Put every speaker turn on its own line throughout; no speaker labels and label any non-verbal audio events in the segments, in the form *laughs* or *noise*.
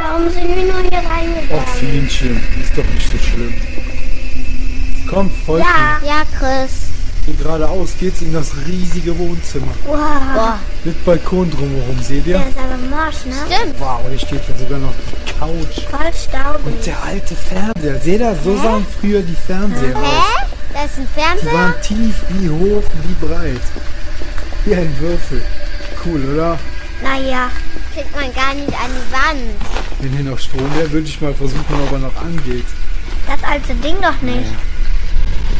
Warum sind wir nur hier
Ach,
reingegangen?
vielen schlimm. Ist doch nicht so schlimm. Komm, folgt mir.
Ja.
Ja, Chris.
Hier geradeaus geht's in das riesige Wohnzimmer.
Wow.
Boah,
Mit Balkon drumherum, seht ihr?
Der ist aber morsch, ne?
stimmt.
Wow, hier steht ja sogar noch die Couch.
Voll
Und
staubig.
der alte Fernseher. Seht ihr, so sahen früher die Fernseher aus.
Hä? Da ist ein
Die
Fernseher?
waren tief, wie hoch, wie breit. Wie ein Würfel. Cool, oder?
Naja,
Kriegt man gar nicht an die Wand.
Wenn hier noch Strom wäre, würde ich mal versuchen, ob er noch angeht.
das alte Ding doch nicht.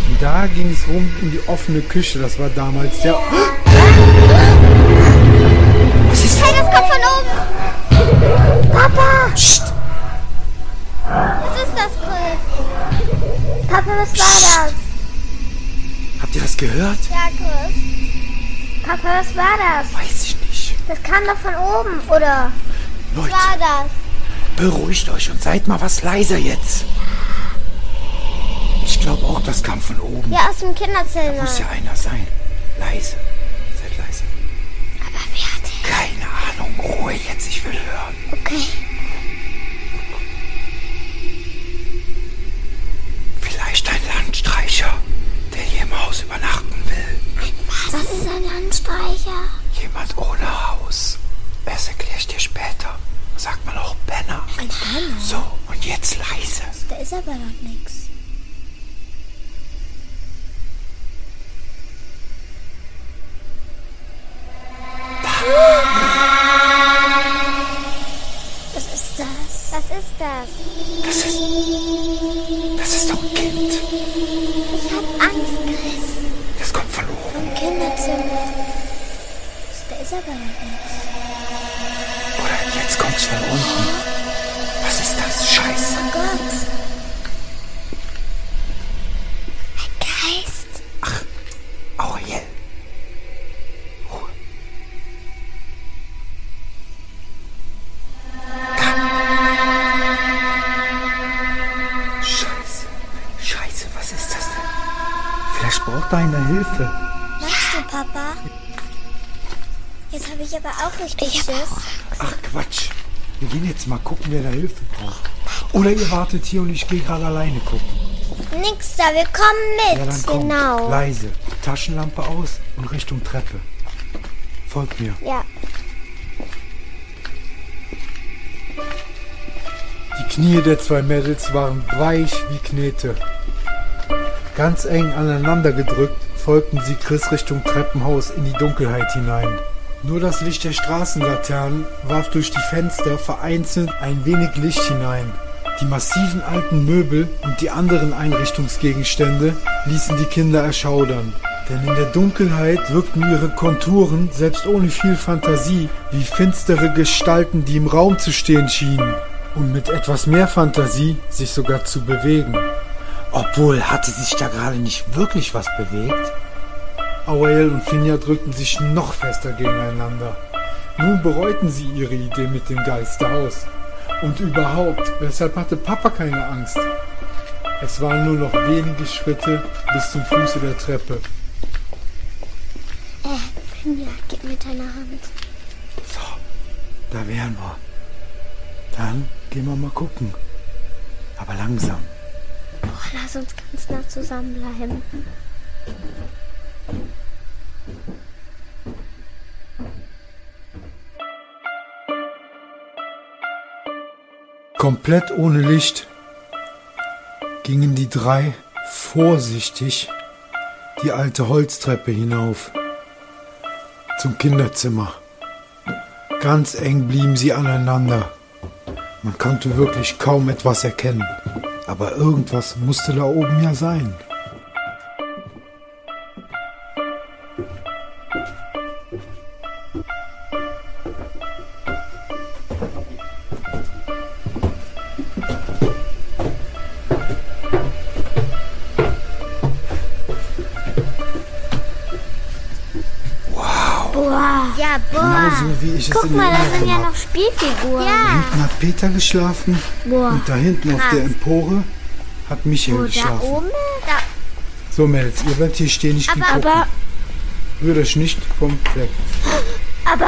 Und da ging es rum in die offene Küche. Das war damals der...
Was ist hey, das kommt von oben.
Papa!
Was ist das, Chris?
Papa, was war das?
Habt ihr das gehört?
Ja, Chris.
Papa, was war das?
Weiß ich nicht.
Das kam doch von oben, oder?
Leute,
War das?
beruhigt euch und seid mal was leiser jetzt. Ich glaube auch, das kam von oben.
Ja, aus dem Kinderzimmer.
Muss ja einer sein. Leise. Seid leise. Aber wer Keine Ahnung. Ruhe jetzt. Ich will hören.
Okay.
Vielleicht ein Landstreicher, der hier im Haus übernachten will.
Was ist ein Landstreicher?
Jemand ohne Haus. Das erkläre ich dir später. Sagt man auch Banner. Ein Banner? So, und jetzt leise.
Da ist aber noch nichts. Was ist das?
Was ist das?
Das ist. Das ist doch ein Kind.
Ich hab Angst, Chris.
Das kommt von oben,
Im Kinderzimmer. Da ist aber noch nichts.
oder? Jetzt kommt's von unten. Was ist das? Scheiße.
Oh Gott. Ein Geist.
Auriel. Ruhe. Da. Scheiße. Scheiße, was ist das denn? Vielleicht braucht einer Hilfe.
Machst du, Papa? Jetzt habe ich aber auch richtig Schiss.
Ach Quatsch. Wir gehen jetzt mal gucken, wer da Hilfe braucht. Oder ihr wartet hier und ich gehe gerade alleine gucken.
Nix da, wir kommen
Ja,
mit. Genau.
dann kommt.
genau.
Leise. Taschenlampe aus und Richtung Treppe. Folgt mir.
Ja.
Die Knie der zwei Mädels waren weich wie Knete. Ganz eng aneinander gedrückt folgten sie Chris Richtung Treppenhaus in die Dunkelheit hinein. Nur das Licht der Straßenlaternen warf durch die Fenster vereinzelt ein wenig Licht hinein. Die massiven alten Möbel und die anderen Einrichtungsgegenstände ließen die Kinder erschaudern. Denn in der Dunkelheit wirkten ihre Konturen, selbst ohne viel Fantasie, wie finstere Gestalten, die im Raum zu stehen schienen. Und mit etwas mehr Fantasie sich sogar zu bewegen. Obwohl, hatte sich da gerade nicht wirklich was bewegt? Auel und Finja drückten sich noch fester gegeneinander. Nun bereuten sie ihre Idee mit dem Geisterhaus. Und überhaupt, weshalb hatte Papa keine Angst? Es waren nur noch wenige Schritte bis zum Fuße der Treppe.
Ja, Äh, gib mir deine Hand.
So, da wären wir. Dann gehen wir mal gucken. Aber langsam.
Oh, lass uns ganz nah zusammenbleiben.
Komplett ohne Licht gingen die drei vorsichtig die alte Holztreppe hinauf zum Kinderzimmer. Ganz eng blieben sie aneinander. Man konnte wirklich kaum etwas erkennen. Aber irgendwas musste da oben ja sein.
Boah.
Ja, boah.
Genauso wie ich es
Guck
in
mal, da
Erinnerung
sind ja
habe.
noch Spielfiguren.
Ja.
Hinten hat Peter geschlafen
Boah.
und da hinten auf der Empore hat Michael
Oh, Da
geschlafen.
oben?
Da,
So Mädels, ihr bleibt hier stehen, ich gehe gucken.
Aber,
Rührt euch nicht vom Fleck.
aber,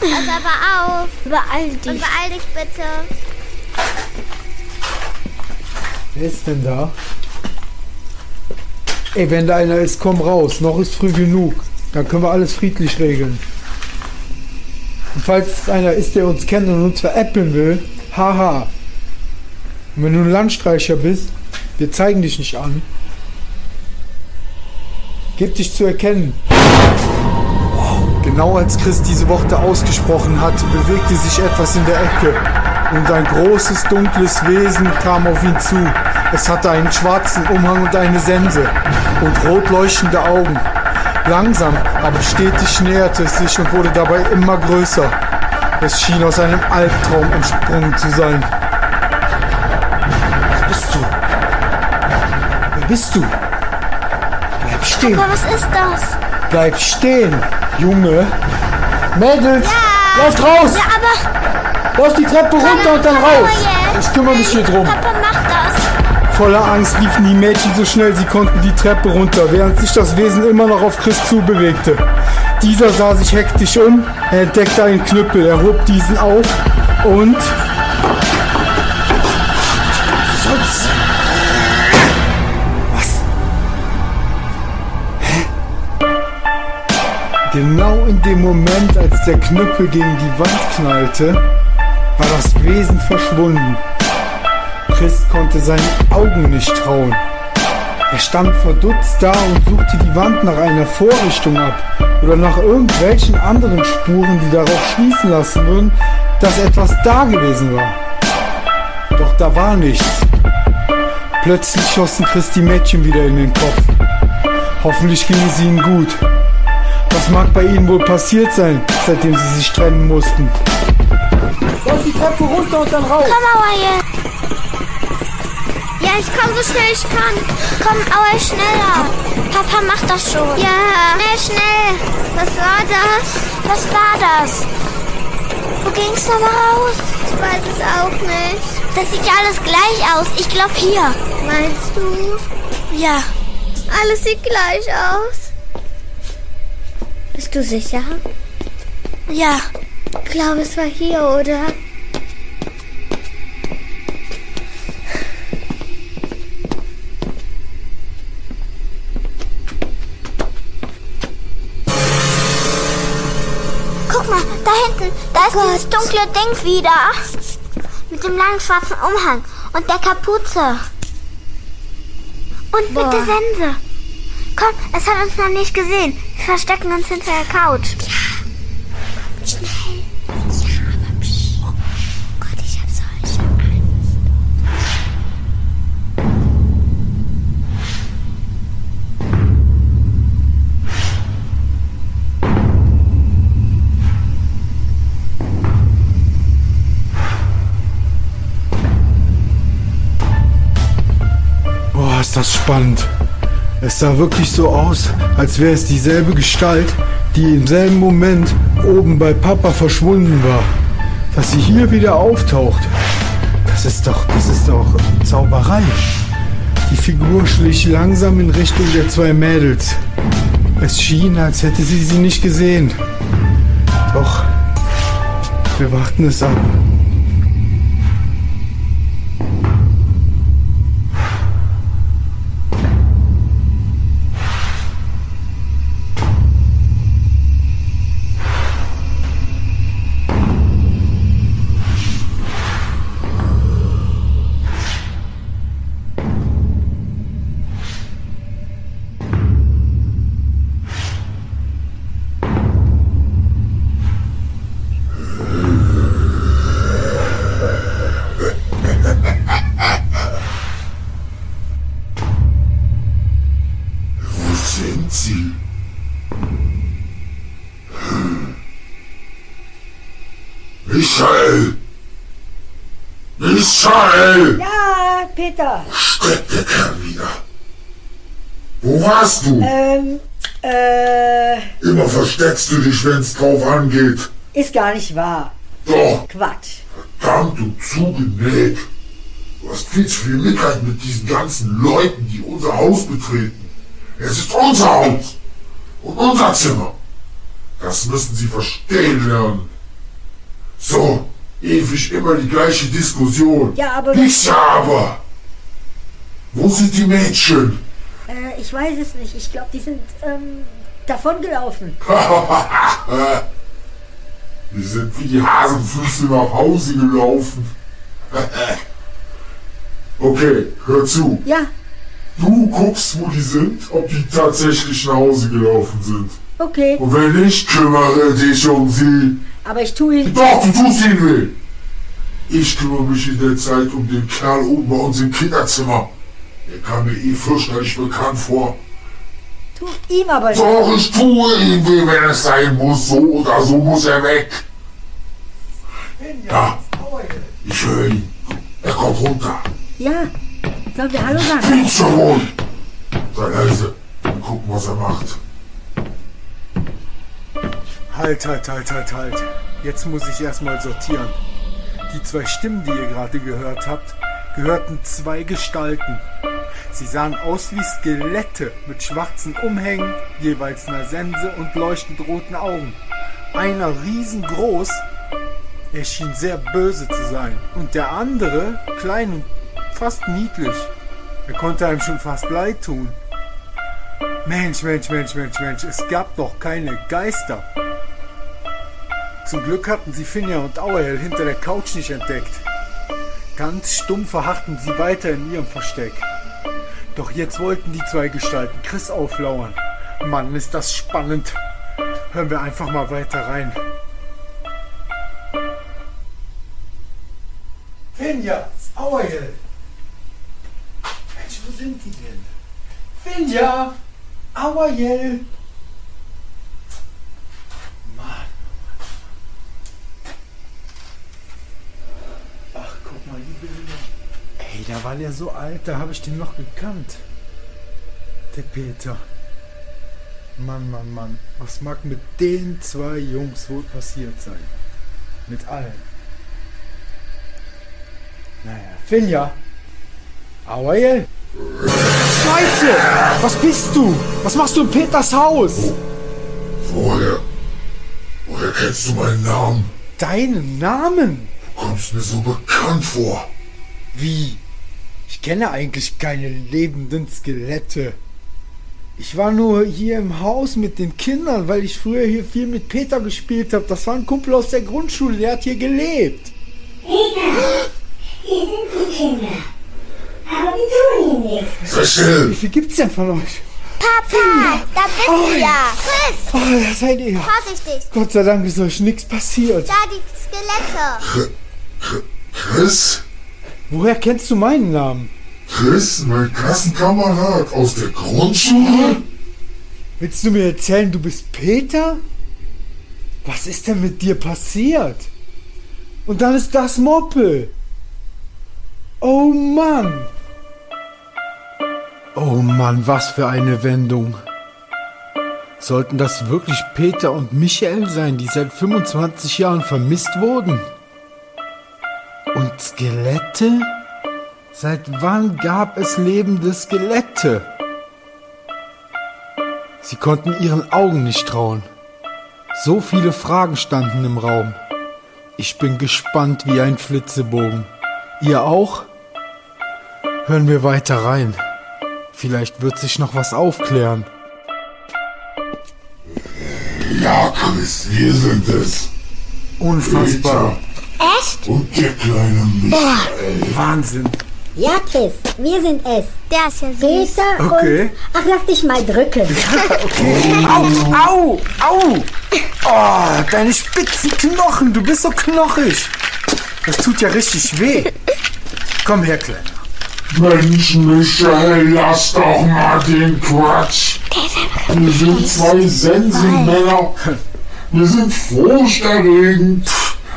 pass aber auf.
überall die.
Und beeil dich bitte.
Wer ist denn da? Ey, wenn da einer ist, komm raus. Noch ist früh genug. Dann können wir alles friedlich regeln. Und falls es einer ist, der uns kennt und uns veräppeln will, haha. Und wenn du ein Landstreicher bist, wir zeigen dich nicht an. Gib dich zu erkennen. Genau als Chris diese Worte ausgesprochen hatte, bewegte sich etwas in der Ecke. Und ein großes, dunkles Wesen kam auf ihn zu. Es hatte einen schwarzen Umhang und eine Sense und rot leuchtende Augen. Langsam, aber stetig näherte es sich und wurde dabei immer größer. Es schien aus einem Albtraum entsprungen zu sein. Was bist du? Wer bist du? Bleib stehen!
Aber was ist das?
Bleib stehen, Junge. Mädels, lauft raus.
Ja, aber
Lauft die Treppe runter und dann
Papa,
raus.
Mama,
Ich kümmere mich hier drum.
Papa macht das.
Voller Angst liefen die Mädchen so schnell sie konnten die Treppe runter, während sich das Wesen immer noch auf Chris zubewegte. Dieser sah sich hektisch um, er entdeckte einen Knüppel, er hob diesen auf und... Schutz! Was? Hä? Genau in dem Moment, als der Knüppel gegen die Wand knallte, war das Wesen verschwunden. Chris konnte seinen Augen nicht trauen. Er stand verdutzt da und suchte die Wand nach einer Vorrichtung ab oder nach irgendwelchen anderen Spuren, die darauf schließen lassen würden, dass etwas da gewesen war. Doch da war nichts. Plötzlich schossen Chris die Mädchen wieder in den Kopf. Hoffentlich ging es ihnen gut. Was mag bei ihnen wohl passiert sein, seitdem sie sich trennen mussten? Lauf die Treppe runter und dann raus!
Komm, Auerje.
Ja, ich komme so schnell ich kann.
Komm, Auer, schneller. Papa macht das schon.
Ja.
Schnell, schnell.
Was war das?
Was war das? Wo ging's nochmal raus?
Ich weiß es auch nicht.
Das sieht ja alles gleich aus. Ich glaube hier.
Meinst du?
Ja.
Alles sieht gleich aus. Bist du sicher?
Ja.
Ich glaube, es war hier, oder?
Guck mal, da hinten. Da ist dieses dunkle Ding wieder. Mit dem langen schwarzen Umhang und der Kapuze. Und
Boah.
mit der Sense. Komm, es hat uns noch nicht gesehen. Wir verstecken uns hinter der Couch. Oh
Boah, ist das spannend. Es sah wirklich so aus, als wäre es dieselbe Gestalt, die im selben Moment oben bei Papa verschwunden war. Dass sie hier wieder auftaucht. Das ist doch, das ist doch Zauberei. Die Figur schlich langsam in Richtung der zwei Mädels. Es schien, als hätte sie sie nicht gesehen. Doch, wir warten es ab.
sind sie? Hm. Michael! Michael!
Ja, Peter.
Steckekerl wieder! Wo warst du?
Ähm, äh,
Immer versteckst du dich, wenn's drauf angeht.
ist gar nicht wahr.
Doch,
Quatsch.
verdammt du zugenäht. Du hast viel zu viel Mitleid mit diesen ganzen Leuten, die unser Haus betreten. Es ist unser Haus und unser Zimmer. Das müssen sie verstehen lernen. So, ewig immer die gleiche Diskussion.
Ja, aber-
Ich aber. Wo sind die Mädchen?
Äh, ich weiß es nicht. Ich glaube, die sind ähm, davongelaufen.
*laughs* Die sind wie die Hasenfüße nach Hause gelaufen. *laughs* okay, hör zu.
Ja,
Du guckst, wo die sind, ob die tatsächlich nach Hause gelaufen sind.
okay.
Und wenn ich kümmere dich um sie,
Aber ich tue ihn.
doch, du tust ihnen weh. Ich kümmere mich in der Zeit um den Kerl oben bei uns im Kinderzimmer. Der kam mir eh fürchterlich bekannt vor.
Tu ihm aber.
Doch, ich tue ihm weh, wenn es sein muss. So oder so muss er weg. Da, ich höre ihn. Er kommt runter.
Ja. Sollen wir Hallo sagen?
Viel zu wohl. Sei leise und gucken, was er macht.
Halt, halt, halt, halt, halt. Jetzt muss ich erstmal sortieren. Die zwei Stimmen, die ihr gerade gehört habt, gehörten zwei Gestalten. Sie sahen aus wie Skelette mit schwarzen Umhängen, jeweils einer Sense und leuchtend roten Augen. Einer riesengroß, er schien sehr böse zu sein. Und der andere klein und fast niedlich. Er konnte einem schon fast leid tun. Mensch, Mensch, Mensch, Mensch, Mensch, es gab doch keine Geister. Zum Glück hatten sie Finja und Auerhell hinter der Couch nicht entdeckt. Ganz stumm verharrten sie weiter in ihrem Versteck. Doch jetzt wollten die zwei Gestalten Chris auflauern. Mann, ist das spannend. Hören wir einfach mal weiter rein. Finja, Auerhell. Mensch, wo sind die denn? Finja, Auerhell. Mann. Ach, guck mal, die Bilder. Ey, da war der so alt, da habe ich den noch gekannt. Der Peter. Mann, Mann, Mann. Was mag mit den zwei Jungs wohl passiert sein? Mit allen. Naja, Finja. Auerjell? Scheiße! Was bist du? Was machst du in Peters Haus?
Woher? Woher kennst du meinen Namen?
Deinen Namen?
Du kommst mir so bekannt vor.
Wie? Ich kenne eigentlich keine lebenden Skelette. Ich war nur hier im Haus mit den Kindern, weil ich früher hier viel mit Peter gespielt habe. Das war ein Kumpel aus der Grundschule, der hat hier gelebt.
Hier sind die Kinder. Aber wir tun ihnen nichts.
Sei still.
Wie viel gibt's denn von euch?
Papa, da bist du ja. Chris,
Oh, da seid ihr.
vorsichtig,
Gott sei Dank ist euch nichts passiert.
da die Skelette.
Chris?
Woher kennst du meinen Namen?
Chris, mein Klassenkamerad aus der Grundschule?
Willst du mir erzählen, du bist Peter? Was ist denn mit dir passiert? Und dann ist das Moppel. Oh Mann. Oh Mann, was für eine Wendung. Sollten das wirklich Peter und Michael sein, die seit 25 Jahren vermisst wurden? Und Skelette? Seit wann gab es lebende Skelette? Sie konnten ihren Augen nicht trauen. So viele Fragen standen im Raum. Ich bin gespannt wie ein Flitzebogen. Ihr auch? Hören wir weiter rein. Vielleicht wird sich noch was aufklären.
Ja, Chris, wir sind es.
Unfassbar.
Peter
Echt?
und der kleine Michael.
Wahnsinn.
Ja, Chris, wir sind es.
Der ist ja süß.
Peter
Okay.
und... Ach, lass dich mal drücken.
Au, au, au. Oh, deine spitzen Knochen. Du bist so knochig. Das tut ja richtig weh. Komm her, Kleiner.
Mensch, Michael, lass doch mal den Quatsch. Wir sind zwei Sensenmänner. Wir sind furchterregend.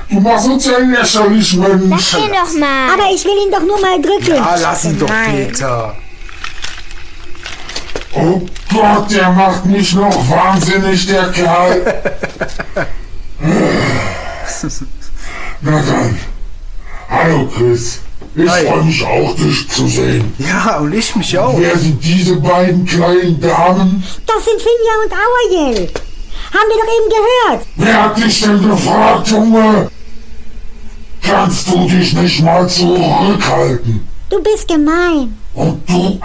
Du machst uns ja lächerlich, Mensch.
Geh doch mal.
Aber ich will ihn doch nur mal drücken.
Ah, lass ihn doch,
Nein.
Peter.
Oh Gott, der macht mich noch wahnsinnig, der Kerl. Na dann. Hallo Chris. Ich
Hi.
freue mich auch, dich zu sehen.
Ja, und ich mich auch.
Wer sind diese beiden kleinen Damen?
Das sind Finja und Auerjell. Haben wir doch eben gehört.
Wer hat dich denn gefragt, Junge? Kannst du dich nicht mal zurückhalten?
Du bist gemein.
Und du